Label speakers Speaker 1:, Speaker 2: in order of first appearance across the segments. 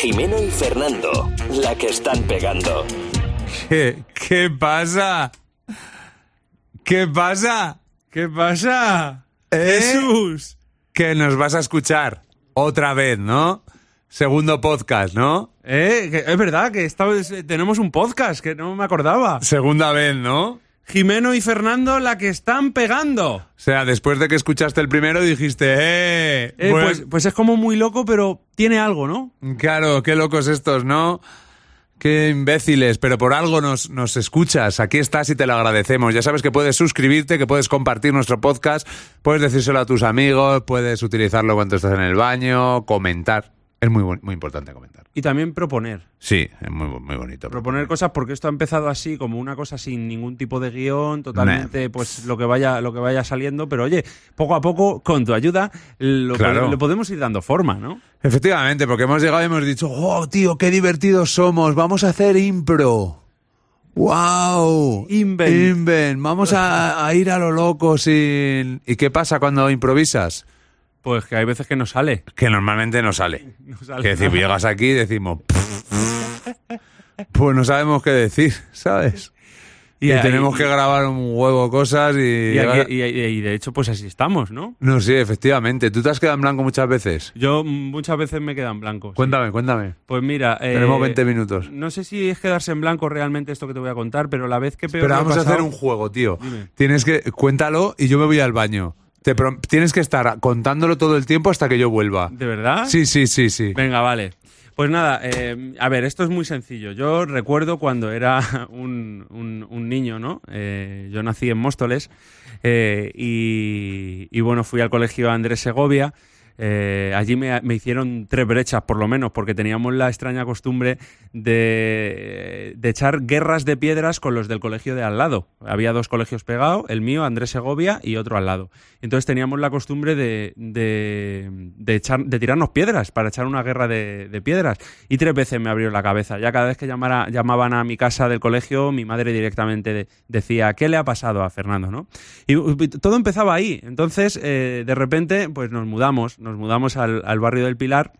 Speaker 1: Jimeno y Fernando, la que están pegando.
Speaker 2: ¿Qué, qué pasa? ¿Qué pasa? ¿Qué pasa?
Speaker 3: ¿Eh?
Speaker 2: Jesús. Que nos vas a escuchar otra vez, ¿no? Segundo podcast, ¿no?
Speaker 3: Eh, que- es verdad que esta vez, eh, tenemos un podcast que no me acordaba.
Speaker 2: Segunda vez, ¿no?
Speaker 3: Jimeno y Fernando, la que están pegando.
Speaker 2: O sea, después de que escuchaste el primero dijiste, ¡eh!
Speaker 3: Eh,
Speaker 2: buen-
Speaker 3: pues, pues es como muy loco, pero tiene algo, ¿no?
Speaker 2: Claro, qué locos estos, ¿no? Qué imbéciles, pero por algo nos, nos escuchas. Aquí estás y te lo agradecemos. Ya sabes que puedes suscribirte, que puedes compartir nuestro podcast, puedes decírselo a tus amigos, puedes utilizarlo cuando estás en el baño, comentar. Es muy, bu- muy importante comentar.
Speaker 3: Y también proponer.
Speaker 2: Sí, es muy, bu- muy bonito.
Speaker 3: Proponer cosas porque esto ha empezado así, como una cosa sin ningún tipo de guión, totalmente pues lo que vaya, lo que vaya saliendo, pero oye, poco a poco, con tu ayuda, lo,
Speaker 2: Claro.
Speaker 3: pode- le podemos ir dando forma, ¿no?
Speaker 2: Efectivamente, porque hemos llegado y hemos dicho, oh, tío, qué divertidos somos, vamos a hacer impro. ¡Wow!
Speaker 3: Invent.
Speaker 2: Invent. Vamos a, a ir a lo loco sin... ¿Y qué pasa cuando improvisas?
Speaker 3: Pues que hay veces que no sale.
Speaker 2: Que normalmente no sale.
Speaker 3: No sale
Speaker 2: Que decir,
Speaker 3: nada.
Speaker 2: llegas aquí y decimos... Pues no sabemos qué decir, ¿sabes? Y,
Speaker 3: ahí-
Speaker 2: tenemos que grabar un huevo cosas y...
Speaker 3: y,
Speaker 2: llegar-
Speaker 3: aquí- y- y- y de hecho, pues así estamos, ¿no?
Speaker 2: No, sí, efectivamente. ¿Tú te has quedado en blanco muchas veces?
Speaker 3: Yo mm, muchas veces me quedan blancos.
Speaker 2: Cuéntame, cuéntame.
Speaker 3: Pues mira, eh,
Speaker 2: Tenemos 20 minutos.
Speaker 3: No sé si es quedarse en blanco realmente esto que te voy a contar, pero la vez que peor
Speaker 2: Pero
Speaker 3: me he
Speaker 2: vamos a hacer
Speaker 3: pasado-
Speaker 2: un juego, tío.
Speaker 3: Dime.
Speaker 2: Tienes que cuéntalo y yo me voy al baño. Te prom- tienes que estar contándolo todo el tiempo hasta que yo vuelva.
Speaker 3: ¿De verdad?
Speaker 2: Sí, sí, sí, sí.
Speaker 3: Venga, vale. Pues nada, eh, a ver, esto es muy sencillo. Yo recuerdo cuando era un, un- un niño, ¿no? Eh, yo nací en Móstoles eh, y, y, bueno, fui al colegio Andrés Segovia. Eh, allí me, me hicieron tres brechas, por lo menos, porque teníamos la extraña costumbre de, de echar guerras de piedras con los del colegio de al lado. Había dos colegios pegados, el mío, Andrés Segovia, y otro al lado. Entonces teníamos la costumbre de, de, de echar, de tirarnos piedras, para echar una guerra de, de piedras. Y tres veces me abrió la cabeza. Ya cada vez que llamara, llamaban a mi casa del colegio, mi madre directamente de- decía, ¿qué le ha pasado a Fernando? ¿no? Y u- todo empezaba ahí. Entonces, eh, de repente, pues nos mudamos, nos mudamos al, al barrio del Pilar.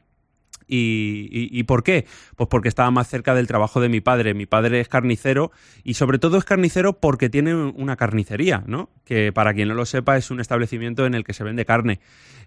Speaker 3: Y, y- y por qué? Pues porque estaba más cerca del trabajo de mi padre. Mi padre es carnicero y sobre todo es carnicero porque tiene una carnicería, ¿no? Que para quien no lo sepa es un establecimiento en el que se vende carne.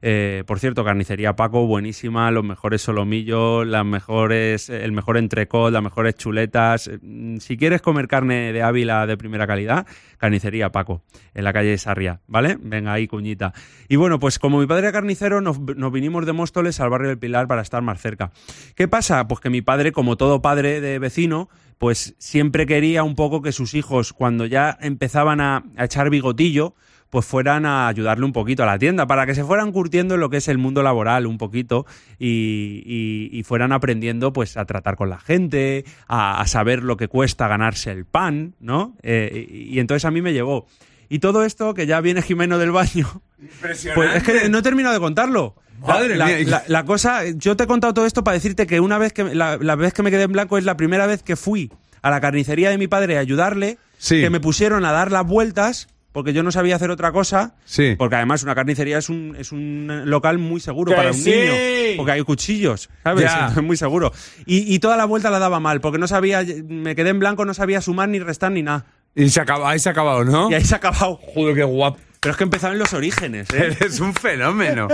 Speaker 3: Eh, por cierto, carnicería Paco, buenísima, los mejores solomillos, las mejores, el mejor entrecot, las mejores chuletas. Mm, Si quieres comer carne de Ávila de primera calidad, carnicería Paco, en la calle de Sarria, ¿vale? Venga ahí, cuñita. Y bueno, pues como mi padre era carnicero, nos, nos vinimos de Móstoles al barrio del Pilar para estar más cerca. ¿Qué pasa? Pues que mi padre, como todo padre de vecino, pues siempre quería un poco que sus hijos, cuando ya empezaban a, a echar bigotillo, pues fueran a ayudarle un poquito a la tienda, para que se fueran curtiendo en lo que es el mundo laboral un poquito y, y- y fueran aprendiendo pues a tratar con la gente, a, a saber lo que cuesta ganarse el pan, ¿no? Eh, y, y entonces a mí me llevó. Y todo esto que ya viene Jimeno del baño. Pues es que no he terminado de contarlo. La-
Speaker 2: Madre
Speaker 3: la,
Speaker 2: mía, y-
Speaker 3: la- la cosa, yo te he contado todo esto para decirte que una vez que la, la vez que me quedé en blanco es la primera vez que fui a la carnicería de mi padre a ayudarle,
Speaker 2: Sí.
Speaker 3: que me pusieron a dar las vueltas porque yo no sabía hacer otra cosa.
Speaker 2: Sí.
Speaker 3: Porque además una carnicería es un, es un local muy seguro para un
Speaker 2: sí!
Speaker 3: niño. Porque hay cuchillos, ¿sabes?
Speaker 2: Ya.
Speaker 3: Entonces, muy seguro. Y, y toda la vuelta la daba mal, porque no sabía, me quedé en blanco, no sabía sumar ni restar ni nada.
Speaker 2: Y se acaba, ahí se ha acabado, ¿no?
Speaker 3: Y ahí se ha acabado.
Speaker 2: Joder, qué guapo.
Speaker 3: Pero es que empezaban los orígenes, ¿eh?
Speaker 2: Eres un fenómeno.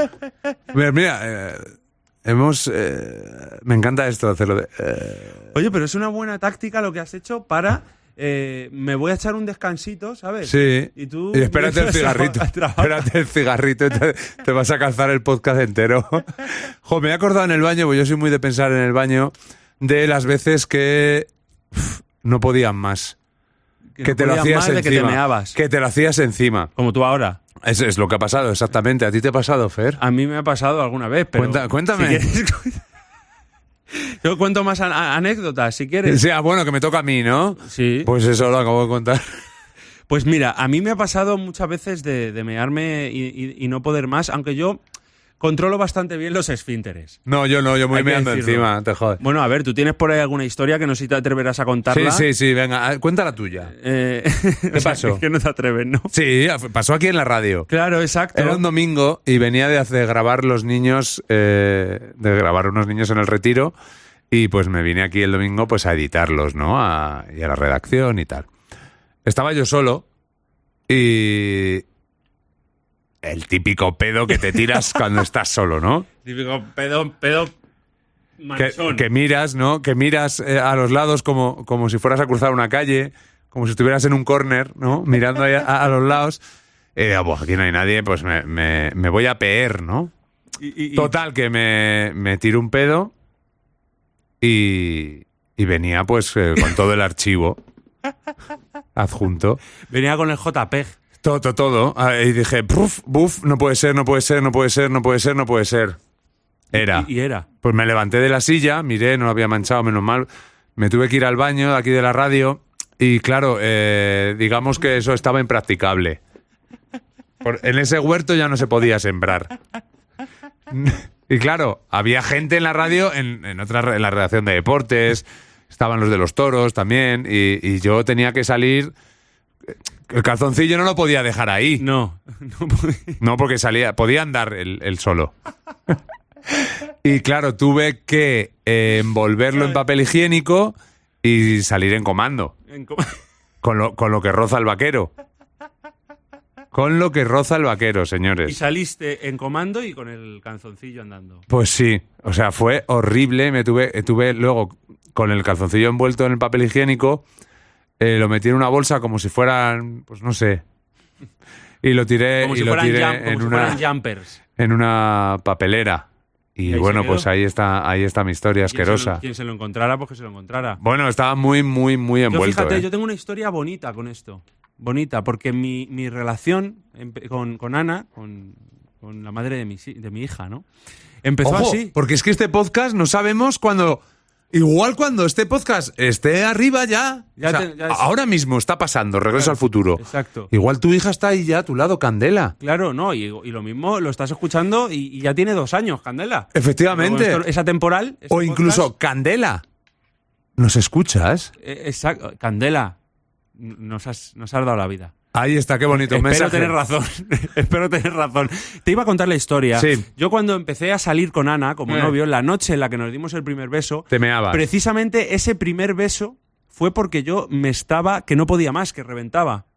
Speaker 2: Mira, mira, eh, hemos... eh, me encanta esto, hacerlo de... eh,
Speaker 3: Oye, pero es una buena táctica lo que has hecho para. eh, me voy a echar un descansito, ¿sabes?
Speaker 2: sí.
Speaker 3: Y tú.
Speaker 2: espérate el cigarrito. Espérate el cigarrito y te, te vas a calzar el podcast entero. Jo, me he acordado en el baño, porque yo soy muy de pensar en el baño, de las veces que uf, no podían más. Que, te lo hacías
Speaker 3: de
Speaker 2: encima.
Speaker 3: que te meabas.
Speaker 2: Que te lo hacías encima.
Speaker 3: Como tú ahora.
Speaker 2: Eso es lo que ha pasado, exactamente. ¿A ti te ha pasado, Fer?
Speaker 3: A mí me ha pasado alguna vez, pero.
Speaker 2: Cuenta- cuéntame.
Speaker 3: si quieres, cu- Yo cuento más an- a- anécdotas, si
Speaker 2: O
Speaker 3: quieres.
Speaker 2: sea, ah, bueno, que me toca a mí, ¿no?
Speaker 3: Sí.
Speaker 2: Pues eso lo acabo de contar.
Speaker 3: Pues mira, a mí me ha pasado muchas veces de, de mearme y, y- y no poder más, aunque yo controlo bastante bien los esfínteres.
Speaker 2: No, yo no, yo me voy
Speaker 3: Hay que
Speaker 2: meando
Speaker 3: decirlo.
Speaker 2: encima, te jodas.
Speaker 3: Bueno, a ver, tú tienes por ahí alguna historia que no sé si te atreverás a
Speaker 2: Sí,
Speaker 3: contarla.
Speaker 2: sí, sí, venga, a- cuenta la tuya.
Speaker 3: Eh, o sea,
Speaker 2: pasó?
Speaker 3: es que no te atreves, ¿no?
Speaker 2: Sí, ah, pasó aquí en la radio.
Speaker 3: Claro, exacto.
Speaker 2: Era un domingo y venía de hacer grabar los niños, eh, de grabar unos niños en el retiro. Y pues me vine aquí el domingo pues a editarlos, ¿no? A- y a la redacción y tal. Estaba yo solo y... El típico pedo que te tiras cuando estás solo, ¿no?
Speaker 3: Típico pedo, pedo
Speaker 2: que,
Speaker 3: manchón.
Speaker 2: que miras, ¿no? Que miras eh, a los lados como, como si fueras a cruzar una calle, como si estuvieras en un corner, ¿no? Mirando ahí a, a los lados. Y digo, "Buah, aquí no hay nadie, pues me, me- me voy a peer, ¿no?
Speaker 3: Y- y- y-
Speaker 2: Total, que me, me tiro un pedo y, y venía pues eh, con todo el archivo adjunto.
Speaker 3: Venía con el JPEG.
Speaker 2: Todo, todo, todo. Ah, Y dije, "Puf, buf, no puede ser, no puede ser, no puede ser, no puede ser, no puede ser. Era.
Speaker 3: Y, y era.
Speaker 2: Pues me levanté de la silla, miré, no lo había manchado, menos mal. Me tuve que ir al baño de aquí de la radio y claro, eh, digamos que eso estaba impracticable. Por- en ese huerto ya no se podía sembrar. Y claro, había gente en la radio, en, en otra re- en la redacción de deportes, estaban los de los toros también, y, y yo tenía que salir. eh, El calzoncillo no lo podía dejar ahí.
Speaker 3: No, no podía.
Speaker 2: No, porque salía, podía andar el, el solo. y claro, tuve que eh, envolverlo en papel higiénico y salir en comando.
Speaker 3: En com-
Speaker 2: Con lo, con lo que roza el vaquero. Con lo que roza el vaquero,
Speaker 3: Y
Speaker 2: señores.
Speaker 3: saliste en comando y con el canzoncillo andando.
Speaker 2: Pues sí, o sea, fue horrible. Me tuve, eh, tuve luego con el calzoncillo envuelto en el papel higiénico, eh, lo metí en una bolsa como si fueran, pues no sé. Y lo tiré,
Speaker 3: Como
Speaker 2: Eh, y
Speaker 3: si
Speaker 2: lo
Speaker 3: fueran,
Speaker 2: tiré
Speaker 3: jump- como
Speaker 2: en
Speaker 3: si
Speaker 2: una.
Speaker 3: fueran jumpers.
Speaker 2: en una papelera.
Speaker 3: ¿Y
Speaker 2: Y
Speaker 3: ahí
Speaker 2: bueno,
Speaker 3: se quedó?
Speaker 2: pues ahí está, ahí está mi historia
Speaker 3: Quien se lo-
Speaker 2: asquerosa.
Speaker 3: Quien se lo encontrara, pues que se lo encontrara.
Speaker 2: Bueno, estaba muy, muy, muy
Speaker 3: Yo
Speaker 2: envuelto.
Speaker 3: fíjate,
Speaker 2: ¿eh?
Speaker 3: yo tengo una historia bonita con esto. Bonita, porque mi, mi relación empe- con, con Ana, con, con la madre de mi, si- de mi hija, ¿no? Empezó
Speaker 2: Ojo,
Speaker 3: así.
Speaker 2: porque es que este podcast no sabemos cuando. Igual cuando este podcast esté arriba ya.
Speaker 3: Ya
Speaker 2: O sea,
Speaker 3: te- ya es-
Speaker 2: ahora mismo está pasando, regreso
Speaker 3: Claro,
Speaker 2: al futuro.
Speaker 3: exacto.
Speaker 2: Igual tu hija está ahí ya a tu lado, Candela.
Speaker 3: Claro, no, y, y lo mismo lo estás escuchando y, y ya tiene dos años, Candela.
Speaker 2: Efectivamente.
Speaker 3: Luego esto- este esa temporal.
Speaker 2: o incluso Candela. ¿Nos escuchas?
Speaker 3: eh, Exacto. Candela, n- nos has, nos has dado la vida.
Speaker 2: Ahí está, qué bonito
Speaker 3: Espero
Speaker 2: mensaje.
Speaker 3: tener razón. Espero tener razón. Te iba a contar la historia.
Speaker 2: Sí.
Speaker 3: Yo cuando empecé a salir con Ana como
Speaker 2: Eh.
Speaker 3: novio, la noche en la que nos dimos el primer beso,
Speaker 2: Te meabas.
Speaker 3: precisamente ese primer beso fue porque yo me estaba que no podía más, que reventaba.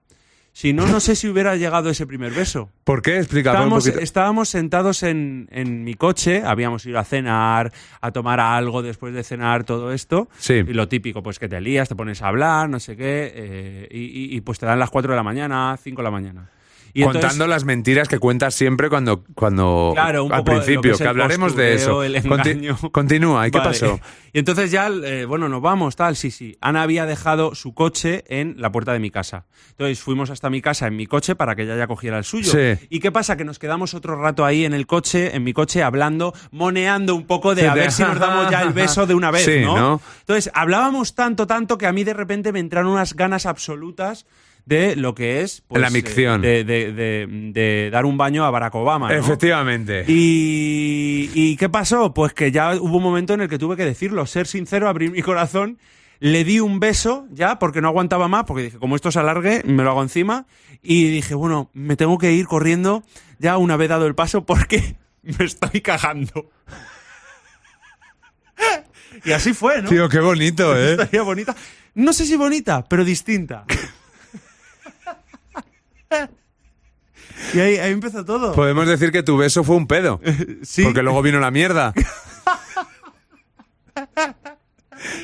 Speaker 3: Si no, no sé si hubiera llegado ese primer beso.
Speaker 2: ¿Por qué? Explícame
Speaker 3: Estábamos,
Speaker 2: ¿eh? un poquito.
Speaker 3: estábamos sentados en, en mi coche, habíamos ido a cenar, a tomar algo después de cenar, todo esto.
Speaker 2: Sí.
Speaker 3: Y lo típico, pues que te lías, te pones a hablar, no sé qué, eh, y, y- y pues te dan las 4 de la mañana, 5 de la mañana. Y entonces-
Speaker 2: contando las mentiras que cuentas siempre cuando, cuando
Speaker 3: Claro, un
Speaker 2: al
Speaker 3: poco de lo que
Speaker 2: principio,
Speaker 3: es
Speaker 2: que,
Speaker 3: el
Speaker 2: hablaremos de eso.
Speaker 3: postureo, el
Speaker 2: Conti-
Speaker 3: engaño.
Speaker 2: continúa, ¿y qué
Speaker 3: Vale.
Speaker 2: pasó?
Speaker 3: Y entonces ya, eh, bueno, nos vamos, tal, sí, sí. Ana había dejado su coche en la puerta de mi casa. Entonces fuimos hasta mi casa en mi coche para que ella ya cogiera el suyo.
Speaker 2: Sí.
Speaker 3: ¿Y qué pasa? Que nos quedamos otro rato ahí en el coche, en mi coche, hablando, moneando un poco de a
Speaker 2: Sí, de-
Speaker 3: ver si nos damos ya el beso de una vez,
Speaker 2: Sí,
Speaker 3: ¿no?
Speaker 2: ¿no?
Speaker 3: Entonces hablábamos tanto, tanto que a mí de repente me entraron unas ganas absolutas de lo que es pues,
Speaker 2: La
Speaker 3: eh,
Speaker 2: micción.
Speaker 3: de, de- de- de dar un baño a Barack Obama. ¿no?
Speaker 2: Efectivamente.
Speaker 3: ¿Y, y qué pasó? Pues que ya hubo un momento en el que tuve que decirlo, ser sincero, abrir mi corazón. Le di un beso ya porque no aguantaba más, porque dije, como esto se alargue, me lo hago encima. Y dije, bueno, me tengo que ir corriendo ya una vez dado el paso porque me estoy cagando. y así fue, ¿no?
Speaker 2: Tío, qué bonito, ¿eh?
Speaker 3: Historia bonita. No sé si bonita, pero distinta. y ahí, ahí empezó todo.
Speaker 2: Podemos decir que tu beso fue un pedo.
Speaker 3: Sí.
Speaker 2: Porque luego vino la mierda.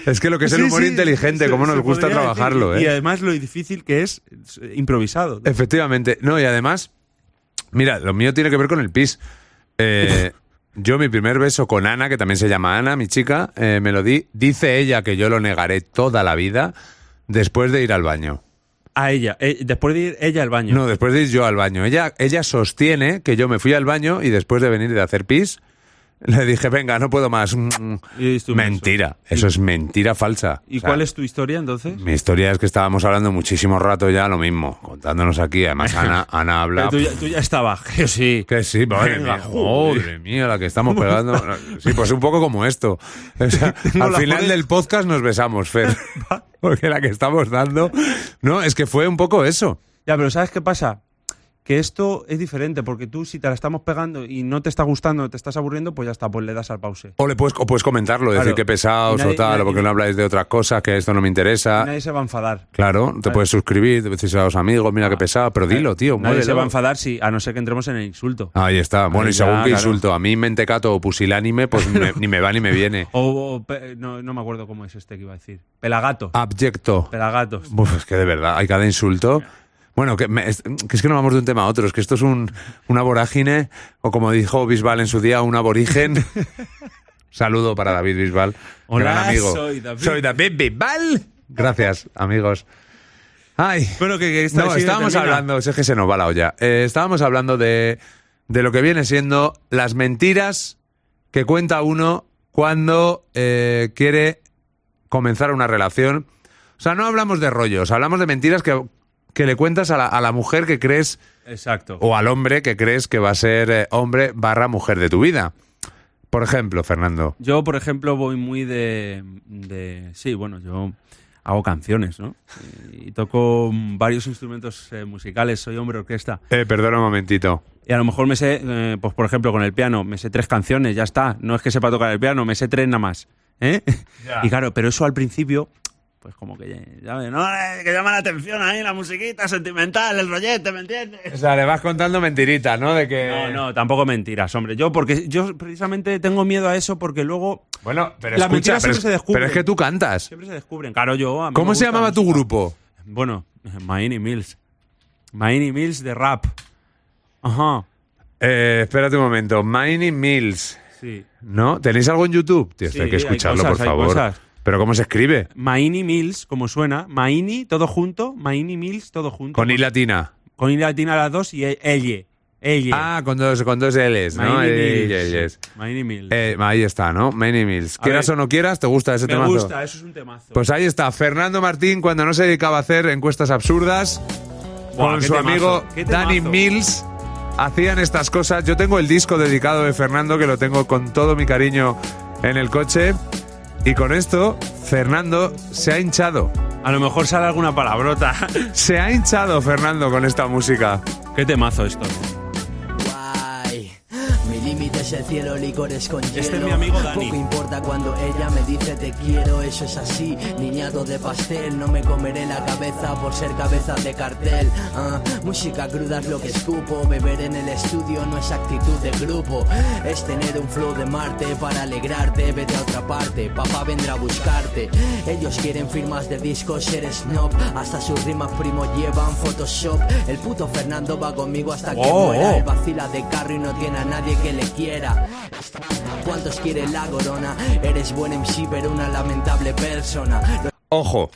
Speaker 2: es que lo que es el
Speaker 3: Sí,
Speaker 2: humor
Speaker 3: sí,
Speaker 2: inteligente,
Speaker 3: se-
Speaker 2: cómo nos
Speaker 3: se
Speaker 2: gusta
Speaker 3: podría
Speaker 2: trabajarlo,
Speaker 3: decir. Y
Speaker 2: ¿eh?
Speaker 3: además lo difícil que es eh, improvisado.
Speaker 2: Efectivamente. No, y además, mira, lo mío tiene que ver con el pis. Eh, yo mi primer beso con Ana, que también se llama Ana, mi chica, eh, me lo di. Dice ella que yo lo negaré toda la vida después de ir al baño.
Speaker 3: A ella, eh, después de ir ella al baño.
Speaker 2: No, después de ir yo al baño. Ella, ella sostiene que yo me fui al baño y después de venir de hacer pis, le dije, venga, no puedo más. Mm,
Speaker 3: Y diste un beso.
Speaker 2: mentira. Eso es mentira falsa.
Speaker 3: ¿Y
Speaker 2: O sea,
Speaker 3: cuál es tu historia entonces?
Speaker 2: Mi historia es que estábamos hablando muchísimo rato ya lo mismo, contándonos aquí. Además, Ana, Ana habla...
Speaker 3: Pero tú, ya, tú ya estabas. Que sí.
Speaker 2: Que sí, madre
Speaker 3: Venga,
Speaker 2: mía,
Speaker 3: joder.
Speaker 2: madre mía, la que estamos pegando. Sí, pues un poco como esto. O sea, al
Speaker 3: la
Speaker 2: final
Speaker 3: joder.
Speaker 2: del podcast nos besamos, Fer. Porque la que estamos dando. No, es que fue un poco eso.
Speaker 3: Ya, pero ¿sabes qué pasa? que esto es diferente, porque tú si te la estamos pegando y no te está gustando, te estás aburriendo, pues ya está, pues le das al pause.
Speaker 2: O le puedes, o puedes comentarlo, decir
Speaker 3: Claro.
Speaker 2: que pesados
Speaker 3: Y nadie-
Speaker 2: o tal,
Speaker 3: nadie-
Speaker 2: o porque no habláis de otras cosas, que esto no me interesa.
Speaker 3: Nadie se va a enfadar.
Speaker 2: Claro, te
Speaker 3: Claro.
Speaker 2: puedes suscribir, te decís a los amigos, mira qué pesado, pero dilo, tío,
Speaker 3: Ah. Nadie se va a
Speaker 2: muévelo. Ah.
Speaker 3: enfadar si, a no ser que entremos en el insulto.
Speaker 2: Ahí está. Bueno,
Speaker 3: Ahí
Speaker 2: y según
Speaker 3: ya,
Speaker 2: qué
Speaker 3: claro.
Speaker 2: insulto, a mí mentecato o pusilánime, pues me- ni me va ni me viene.
Speaker 3: O, o pe- no, no me acuerdo cómo es este que iba a decir. Pelagato.
Speaker 2: Ah. Abyecto.
Speaker 3: Pelagatos.
Speaker 2: Uf, es que de verdad, hay cada insulto. Bueno, que, me- es, que es que no vamos de un tema a otro, es que esto es un, una vorágine, o como dijo Bisbal en su día, un aborigen. Saludo para David Bisbal,
Speaker 3: Hola,
Speaker 2: gran amigo.
Speaker 3: soy David.
Speaker 2: Soy David Bisbal. Gracias, amigos. Ay,
Speaker 3: Bueno, que, que esta-
Speaker 2: no,
Speaker 3: sí,
Speaker 2: estábamos
Speaker 3: termina.
Speaker 2: hablando, si es que se nos va la olla. Eh, estábamos hablando de, de lo que viene siendo las mentiras que cuenta uno cuando eh, quiere comenzar una relación. O sea, no hablamos de rollos, hablamos de mentiras que, que le cuentas a la, a la mujer que crees
Speaker 3: Exacto.
Speaker 2: o al hombre que crees que va a ser eh, hombre barra mujer de tu vida. Por ejemplo, Fernando.
Speaker 3: Yo, por ejemplo, voy muy de, de- Sí, bueno, yo hago canciones, ¿no? Y toco varios instrumentos eh, musicales, soy hombre orquesta.
Speaker 2: Eh, perdona un momentito.
Speaker 3: Y a lo mejor me sé, eh, pues por ejemplo, con el piano, me sé tres canciones, ya está. No es que sepa tocar el piano, me sé tres nada más. ¿eh? Y claro, pero eso al principio, pues como que ya, ya- no, eh, que llama la atención ahí la musiquita sentimental, el rollete, ¿me entiendes?
Speaker 2: O sea, le vas contando mentiritas, ¿no? De que...
Speaker 3: No, no, tampoco mentiras, hombre. Yo porque yo precisamente tengo miedo a eso porque luego
Speaker 2: Bueno, pero
Speaker 3: Las
Speaker 2: escucha,
Speaker 3: mentiras
Speaker 2: pero,
Speaker 3: siempre se
Speaker 2: es- pero
Speaker 3: descubren.
Speaker 2: es que tú cantas.
Speaker 3: siempre se descubren. Claro, yo. a mí
Speaker 2: ¿Cómo
Speaker 3: me
Speaker 2: se
Speaker 3: gusta
Speaker 2: llamaba
Speaker 3: la
Speaker 2: tu
Speaker 3: música.
Speaker 2: grupo?
Speaker 3: Bueno, eh, Maini Mills. Maini Mills de rap. Ajá.
Speaker 2: Eh, espérate un momento. Miney Mills.
Speaker 3: Sí.
Speaker 2: ¿No? ¿Tenéis algo en YouTube? Tío, esto
Speaker 3: Sí,
Speaker 2: hay que
Speaker 3: hay
Speaker 2: escucharlo,
Speaker 3: cosas,
Speaker 2: por
Speaker 3: hay
Speaker 2: favor.
Speaker 3: cosas.
Speaker 2: ¿Pero cómo se escribe?
Speaker 3: Maini Mills, como suena. Maini, todo junto. Maini Mills, todo junto.
Speaker 2: Con I latina.
Speaker 3: Con I latina las dos y e- elle. Elle.
Speaker 2: Ah, con dos, con dos L's, ¿no?
Speaker 3: Maini
Speaker 2: Eh,
Speaker 3: Mills.
Speaker 2: yes, yes.
Speaker 3: Maini Mills.
Speaker 2: Eh, ahí está, ¿no? Miney Mills.
Speaker 3: A
Speaker 2: Quieras
Speaker 3: ver.
Speaker 2: o no quieras, ¿te gusta ese
Speaker 3: Me
Speaker 2: temazo?
Speaker 3: gusta, eso es un temazo.
Speaker 2: Pues ahí está, Fernando Martín cuando no se dedicaba a hacer encuestas absurdas
Speaker 3: Buah,
Speaker 2: con
Speaker 3: qué
Speaker 2: su
Speaker 3: temazo,
Speaker 2: amigo
Speaker 3: qué temazo.
Speaker 2: Danny Mills hacían estas cosas. Yo tengo el disco dedicado de Fernando que lo tengo con todo mi cariño en el coche y con esto Fernando se ha hinchado.
Speaker 3: A lo mejor sale alguna palabrota.
Speaker 2: Se ha hinchado Fernando con esta música.
Speaker 3: Qué temazo esto.
Speaker 4: Guay. Mi límite es el cielo, licores con hielo.
Speaker 3: Este es mi amigo Dani.
Speaker 4: Poco importa cuando ella me dice te quiero, eso es así. Niñato de pastel, no me comeré la cabeza por ser cabeza de cartel. Ah, música cruda es lo que escupo. Beber en el estudio no es actitud de grupo. Es tener un flow de Marte para alegrarte. Vete a otra parte, papá vendrá a buscarte. Ellos quieren firmas de discos, ser snob. Hasta sus rimas primo llevan Photoshop. El puto Fernando va conmigo hasta que
Speaker 3: Oh,
Speaker 4: muera.
Speaker 3: oh.
Speaker 4: Él vacila de carro y no tiene a nadie que le quiera. ¿Cuántos quiere la corona? Eres buen MC, pero una lamentable persona.
Speaker 2: Ojo,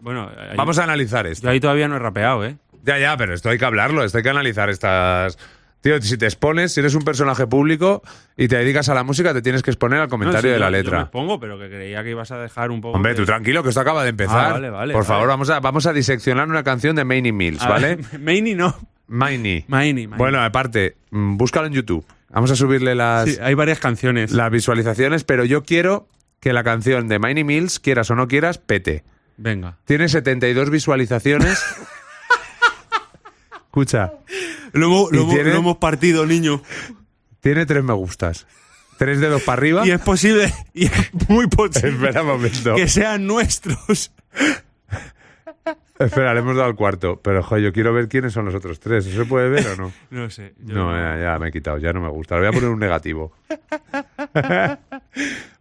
Speaker 3: Bueno, ahí-
Speaker 2: vamos a analizar esto.
Speaker 3: yo ahí todavía no he rapeado, ¿eh?
Speaker 2: Ya, ya, pero esto hay que hablarlo, esto hay que analizar estas... Tío, si te expones, si eres un personaje público y te dedicas a la música, te tienes que exponer al
Speaker 3: No,
Speaker 2: comentario
Speaker 3: sí,
Speaker 2: de
Speaker 3: yo-
Speaker 2: la
Speaker 3: yo
Speaker 2: letra.
Speaker 3: me expongo, pero que creía que ibas a dejar un poco.
Speaker 2: Hombre,
Speaker 3: de-
Speaker 2: tú tranquilo, que esto acaba de empezar.
Speaker 3: Ah, vale, vale,
Speaker 2: Por
Speaker 3: vale.
Speaker 2: favor, vamos a, vamos a diseccionar una canción de Mainy Mills,
Speaker 3: A
Speaker 2: ¿vale?
Speaker 3: ver, Maini Ah, no.
Speaker 2: Mainy.
Speaker 3: Maini, Maini.
Speaker 2: Bueno, aparte, mm, búscalo en YouTube. Vamos a subirle las,
Speaker 3: Sí, hay varias canciones.
Speaker 2: las visualizaciones, pero yo quiero que la canción de Mainy Mills, quieras o no quieras, pete.
Speaker 3: Venga.
Speaker 2: Tiene 72 visualizaciones. Escucha,
Speaker 3: Lo hemos,
Speaker 2: lo hemos- lo hemos
Speaker 3: partido, niño.
Speaker 2: tiene tres me gustas. Tres dedos para arriba.
Speaker 3: Y es posible, y es muy
Speaker 2: ¿Ah?
Speaker 3: posible
Speaker 2: Espera un momento.
Speaker 3: que sean nuestros.
Speaker 2: Espera, le hemos dado el cuarto. Pero, jo, yo quiero ver quiénes son los otros tres. ¿Eso se puede ver o no?
Speaker 3: No sé. yo-
Speaker 2: No, eh. ya, ya me he quitado, ya no me gusta. Le voy a poner un negativo.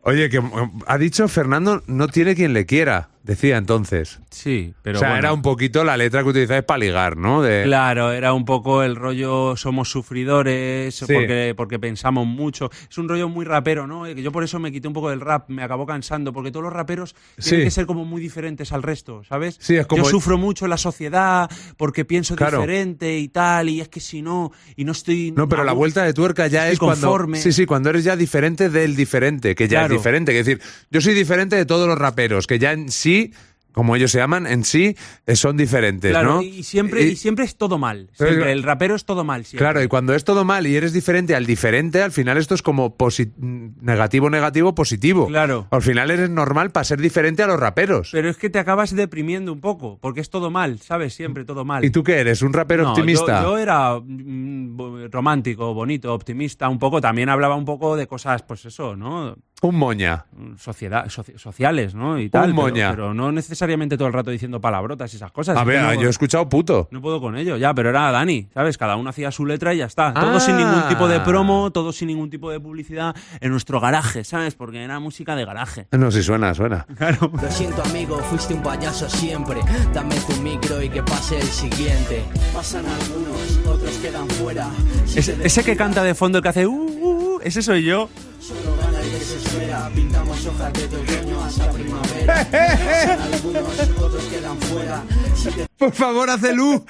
Speaker 2: Oye, que mm, ha dicho Fernando, no tiene quien le quiera, decía entonces.
Speaker 3: Sí,
Speaker 2: o
Speaker 3: pero.
Speaker 2: sea,
Speaker 3: bueno.
Speaker 2: era un poquito la letra que utilizáis para ligar, ¿no? De,
Speaker 3: Claro, era un poco el rollo somos sufridores, porque, porque pensamos mucho. Es un rollo muy rapero, ¿no? Eh, que Yo por eso me quité un poco del rap, me acabó cansando, porque todos los raperos
Speaker 2: Sí.
Speaker 3: tienen que ser como muy diferentes al resto, ¿sabes?
Speaker 2: Sí, es como-
Speaker 3: Yo sufro mucho en la sociedad porque pienso
Speaker 2: Claro.
Speaker 3: diferente y tal, y es que si no, y no estoy...
Speaker 2: No, pero
Speaker 3: a
Speaker 2: la
Speaker 3: gusto.
Speaker 2: vuelta de tuerca ya
Speaker 3: Estoy
Speaker 2: es cuando.
Speaker 3: conforme.
Speaker 2: Sí, sí, cuando eres ya diferente del diferente, que ya
Speaker 3: Claro.
Speaker 2: es diferente. Que es decir, yo soy diferente de todos los raperos, que ya en sí como ellos se llaman, en sí eh, son diferentes,
Speaker 3: Claro,
Speaker 2: ¿no?
Speaker 3: y, siempre, y,
Speaker 2: Y-
Speaker 3: siempre es todo mal.
Speaker 2: Pero-
Speaker 3: Siempre, el rapero es todo mal. siempre.
Speaker 2: Claro, y cuando es todo mal y eres diferente al diferente, al final esto es como posi- negativo, negativo, positivo.
Speaker 3: Claro.
Speaker 2: Al final eres normal para ser diferente a los raperos.
Speaker 3: Pero es que te acabas deprimiendo un poco, porque es todo mal, ¿sabes? Siempre todo mal.
Speaker 2: ¿Y tú qué eres? ¿Un rapero
Speaker 3: No,
Speaker 2: optimista?
Speaker 3: Yo, yo era mm, bo- romántico, bonito, optimista, un poco. También hablaba un poco de cosas, pues eso, ¿no?
Speaker 2: Un moña.
Speaker 3: Sociedad, soci- sociales, ¿no? Y tal. pero-
Speaker 2: moña.
Speaker 3: Pero, no necesariamente todo el rato diciendo palabrotas y esas cosas.
Speaker 2: A
Speaker 3: Es que
Speaker 2: ver,
Speaker 3: no-
Speaker 2: yo he escuchado puto.
Speaker 3: No puedo con ello, ya, pero era Dani, ¿sabes? Cada uno hacía su letra y ya está. Todo
Speaker 2: Ah.
Speaker 3: sin ningún tipo de promo, todo sin ningún tipo de publicidad en nuestro garaje, ¿sabes? Porque era música de garaje.
Speaker 2: No, si suena, suena.
Speaker 3: Claro.
Speaker 4: Lo siento amigo, fuiste un payaso siempre. Dame tu micro y que pase el siguiente. Pasan algunos, otros quedan fuera. Si
Speaker 3: Ese,
Speaker 4: se
Speaker 3: ese que canta de fondo, el que hace uh, uh, uh, ese soy yo.
Speaker 4: Solo gana el que se espera, pintamos hojas de otoño hasta primavera. Pasan algunos, otros quedan fuera. Si te
Speaker 2: Por favor, haz el U.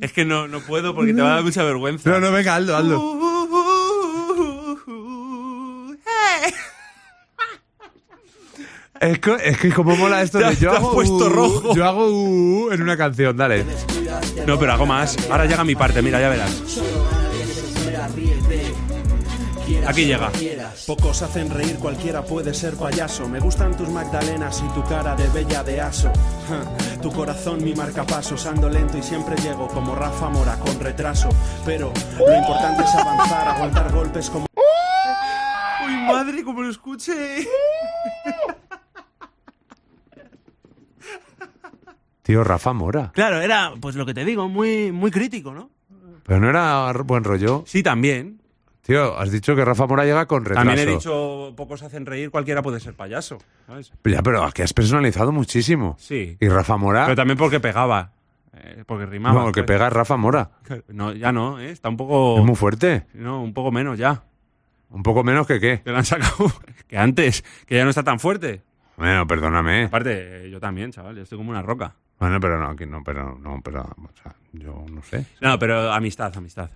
Speaker 3: Es que no, no puedo porque te va a dar mucha vergüenza.
Speaker 2: No, no, venga, Aldo, Aldo. Es que, es que como mola esto
Speaker 3: Te
Speaker 2: de
Speaker 3: has-
Speaker 2: yo
Speaker 3: te has
Speaker 2: hago
Speaker 3: puesto
Speaker 2: U,
Speaker 3: rojo.
Speaker 2: Yo hago U en una canción, dale.
Speaker 4: descuidas, te
Speaker 3: No, pero hago más. Ahora llega mi parte, mira, ya verás.
Speaker 4: solo gana el que se espera, ríete. Quieras
Speaker 3: Aquí
Speaker 4: o no
Speaker 3: llega.
Speaker 4: quieras.
Speaker 5: Pocos hacen reír, cualquiera puede ser payaso. Me gustan tus magdalenas y tu cara de bella de aso. Tu corazón, mi marcapasos, ando lento y siempre llego como Rafa Mora con retraso. Pero lo importante es avanzar, aguantar golpes como.
Speaker 3: Uy, madre, como lo escuche.
Speaker 2: Tío, Rafa Mora.
Speaker 3: Claro, era, pues lo que te digo, muy, muy crítico, ¿no?
Speaker 2: Pero no era buen rollo.
Speaker 3: Sí, también.
Speaker 2: Tío, has dicho que Rafa Mora llega con retraso.
Speaker 3: También he dicho, pocos hacen reír, cualquiera puede ser payaso. ¿sabes?
Speaker 2: Ya, pero aquí has personalizado muchísimo.
Speaker 3: Sí.
Speaker 2: Y Rafa Mora.
Speaker 3: Pero también porque pegaba. eh, porque rimaba.
Speaker 2: no, el que
Speaker 3: pues.
Speaker 2: pega es Rafa Mora.
Speaker 3: No, ya no, ¿eh? Está un
Speaker 2: Es
Speaker 3: poco.
Speaker 2: muy fuerte.
Speaker 3: No, un poco menos ya.
Speaker 2: Un poco menos que qué.
Speaker 3: Que lo han sacado. Que antes, que ya no está tan fuerte.
Speaker 2: Bueno, perdóname. ¿eh?
Speaker 3: Aparte, eh, yo también, chaval, yo estoy como una roca.
Speaker 2: Bueno, pero no, aquí no, pero no, pero. o sea, yo no sé.
Speaker 3: No, pero amistad, amistad.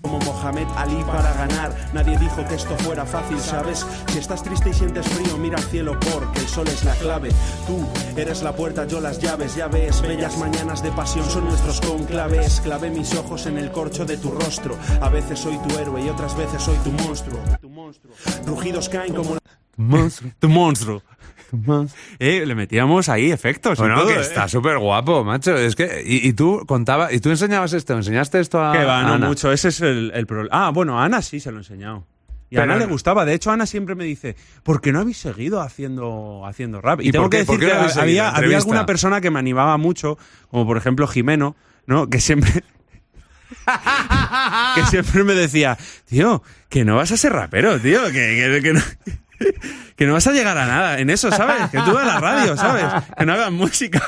Speaker 5: como Mohamed Ali para ganar. Nadie dijo que esto fuera fácil, ¿sabes? Si estás triste y sientes frío, mira al cielo porque el sol es la clave. Tú eres la puerta, yo las llaves, ya ves. Bellas mañanas de pasión son nuestros conclaves. Clavé mis ojos en el corcho de tu rostro. A veces soy tu héroe y otras veces soy tu monstruo. Tu monstruo. Rugidos caen como
Speaker 2: Monstruo,
Speaker 3: tu monstruo.
Speaker 2: monstruo.
Speaker 3: Eh, le metíamos ahí efectos. y
Speaker 2: Bueno,
Speaker 3: todo,
Speaker 2: que
Speaker 3: ¿eh?
Speaker 2: está súper guapo, macho. Es que. Y, y tú contabas. ¿Y tú enseñabas esto? ¿Enseñaste esto a.?
Speaker 3: Que va, no
Speaker 2: Ana?
Speaker 3: mucho. Ese es el, problema. Ah, bueno, a Ana sí se lo he enseñado. Y a
Speaker 2: Pero
Speaker 3: Ana le
Speaker 2: no-
Speaker 3: gustaba. De hecho, Ana siempre me dice, ¿por qué no habéis seguido haciendo, haciendo rap? Y,
Speaker 2: ¿Y
Speaker 3: tengo
Speaker 2: por
Speaker 3: que
Speaker 2: qué- por
Speaker 3: decir
Speaker 2: qué
Speaker 3: que
Speaker 2: no habéis seguido?
Speaker 3: había, había
Speaker 2: Entrevista.
Speaker 3: alguna persona que me animaba mucho, como por ejemplo Jimeno, ¿no? Que siempre... que siempre me decía, tío, que no vas a ser rapero, tío, que, que- que no... Que no vas a llegar a nada en eso, ¿sabes? Que tú a la radio, ¿sabes? Que no hagas música.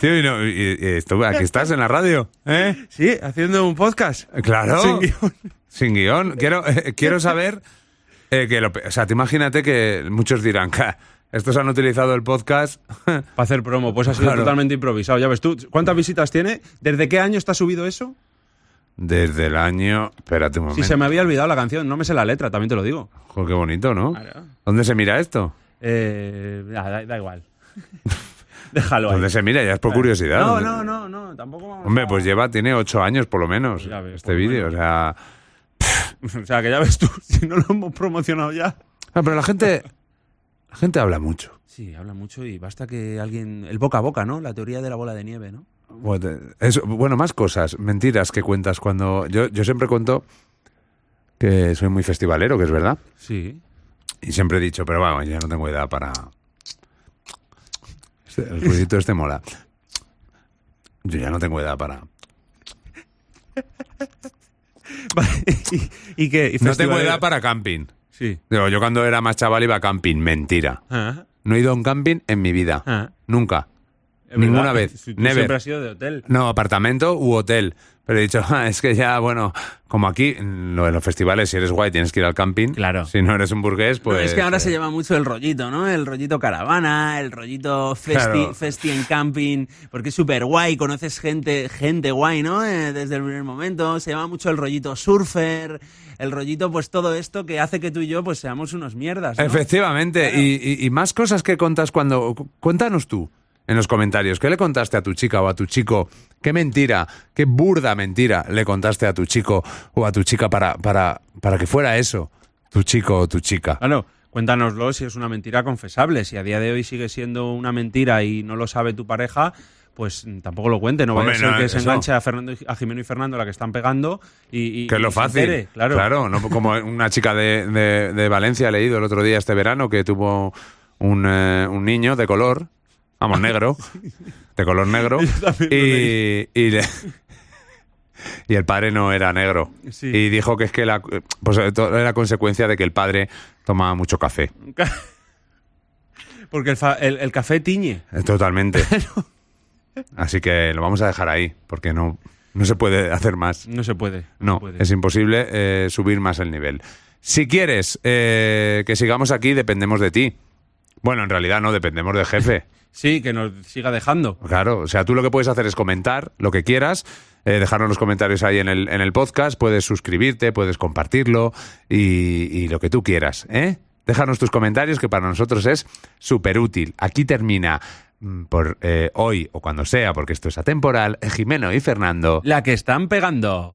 Speaker 2: Tío, y, no- y- y esto, aquí estás en la radio, ¿eh?
Speaker 3: Sí, haciendo un podcast.
Speaker 2: Claro.
Speaker 3: Sin guión.
Speaker 2: Sin guión. Quiero, eh, quiero saber eh, que lo pe- O sea, te imagínate que muchos dirán, "Ja, estos han utilizado el podcast.
Speaker 3: Para hacer promo, pues ha sido
Speaker 2: Claro.
Speaker 3: totalmente improvisado. Ya ves tú, ¿cuántas visitas tiene? ¿Desde qué año está subido eso?
Speaker 2: Desde el año. Espérate un
Speaker 3: Si
Speaker 2: momento.
Speaker 3: se me había olvidado la canción, no me sé la letra, también te lo digo.
Speaker 2: Joder, qué bonito, ¿no?
Speaker 3: Claro.
Speaker 2: ¿Dónde se mira esto?
Speaker 3: Eh, ah, da, da igual. Déjalo ahí.
Speaker 2: ¿Dónde se mira? Ya es por Pues curiosidad.
Speaker 3: No,
Speaker 2: ¿Dónde-
Speaker 3: no, no, no, tampoco vamos
Speaker 2: Hombre,
Speaker 3: a-
Speaker 2: pues lleva, tiene ocho años por lo menos
Speaker 3: Ya ves,
Speaker 2: este
Speaker 3: por lo
Speaker 2: vídeo. O sea.
Speaker 3: O sea, que ya ves tú, si no lo hemos promocionado ya.
Speaker 2: No, pero la gente. La gente habla mucho.
Speaker 3: Sí, habla mucho y basta que alguien... El boca a boca, ¿no? La teoría de la bola de nieve, ¿no?
Speaker 2: Bueno, te- eso- bueno, más cosas, mentiras que cuentas cuando. Yo, yo siempre cuento que soy muy festivalero, que es verdad.
Speaker 3: Sí.
Speaker 2: Y siempre he dicho, pero vamos, yo no tengo edad para. Este- El ruidito este mola. Yo ya no tengo edad para.
Speaker 3: ¿Y, y qué? ¿Y
Speaker 2: No tengo
Speaker 3: festival-
Speaker 2: edad para camping.
Speaker 3: Sí.
Speaker 2: Digo, yo cuando era más chaval iba a camping. Mentira.
Speaker 3: Ah,
Speaker 2: No he ido a un camping en mi vida.
Speaker 3: Ah.
Speaker 2: Nunca.
Speaker 3: es
Speaker 2: Ninguna
Speaker 3: verdad.
Speaker 2: vez.
Speaker 3: Sí, tú
Speaker 2: Never.
Speaker 3: Siempre has sido de hotel.
Speaker 2: No, apartamento u hotel. Pero he dicho, "Ah, es que ya, bueno, como aquí, en lo de los festivales, si eres guay tienes que ir al camping.
Speaker 3: Claro.
Speaker 2: Si no eres un burgués,
Speaker 6: No,
Speaker 2: pues...
Speaker 6: es que ahora
Speaker 3: eh,
Speaker 6: se lleva mucho el rollito, ¿no? El rollito caravana, el rollito festi,
Speaker 2: Claro.
Speaker 6: festi en camping, porque es súper guay, conoces gente, gente guay, ¿no? Eh, desde el primer momento. Se lleva mucho el rollito surfer, el rollito, pues todo esto que hace que tú y yo, pues seamos unos mierdas. ¿no?
Speaker 2: Efectivamente. Y, y- y más cosas que contas cuando... cu- Cuéntanos tú en los comentarios. ¿Qué le contaste a tu chica o a tu chico? ¿Qué mentira, qué burda mentira le contaste a tu chico o a tu chica para, para, para que fuera eso? Tu chico o tu chica.
Speaker 3: Claro, cuéntanoslo si es una mentira confesable. Si a día de hoy sigue siendo una mentira y no lo sabe tu pareja, pues mm, tampoco lo cuente. No vaya
Speaker 2: Hombre,
Speaker 3: a ser
Speaker 2: no,
Speaker 3: que se
Speaker 2: eso.
Speaker 3: enganche a, Fernando y- a Jimeno y Fernando, la que están pegando. Y, y-
Speaker 2: Que es
Speaker 3: y
Speaker 2: lo
Speaker 3: se
Speaker 2: fácil.
Speaker 3: entere, claro.
Speaker 2: no como una chica de, de- de Valencia he leído el otro día este verano que tuvo un, eh, un niño de color, vamos, negro, de color negro,
Speaker 3: también lo
Speaker 2: y, y le- y el padre no era negro.
Speaker 3: Sí.
Speaker 2: Y dijo que es que la, pues, eh, to- era consecuencia de que el padre tomaba mucho café.
Speaker 3: Porque el, fa- el- el café tiñe.
Speaker 2: Eh, Totalmente. Así que lo vamos a dejar ahí, porque no, no se puede hacer más.
Speaker 3: No se puede.
Speaker 2: No,
Speaker 3: se puede.
Speaker 2: es imposible eh, subir más el nivel. Si quieres eh, que sigamos aquí, dependemos de ti. Bueno, en realidad no, dependemos del jefe.
Speaker 3: Sí, que nos siga dejando.
Speaker 2: Claro, o sea, tú lo que puedes hacer es comentar lo que quieras, eh, dejarnos los comentarios ahí en el, en el podcast, puedes suscribirte, puedes compartirlo y, y lo que tú quieras, ¿eh? Déjanos tus comentarios que para nosotros es súper útil. Aquí termina mm, por eh, hoy o cuando sea, porque esto es atemporal, Jimeno y Fernando.
Speaker 3: La que están pegando.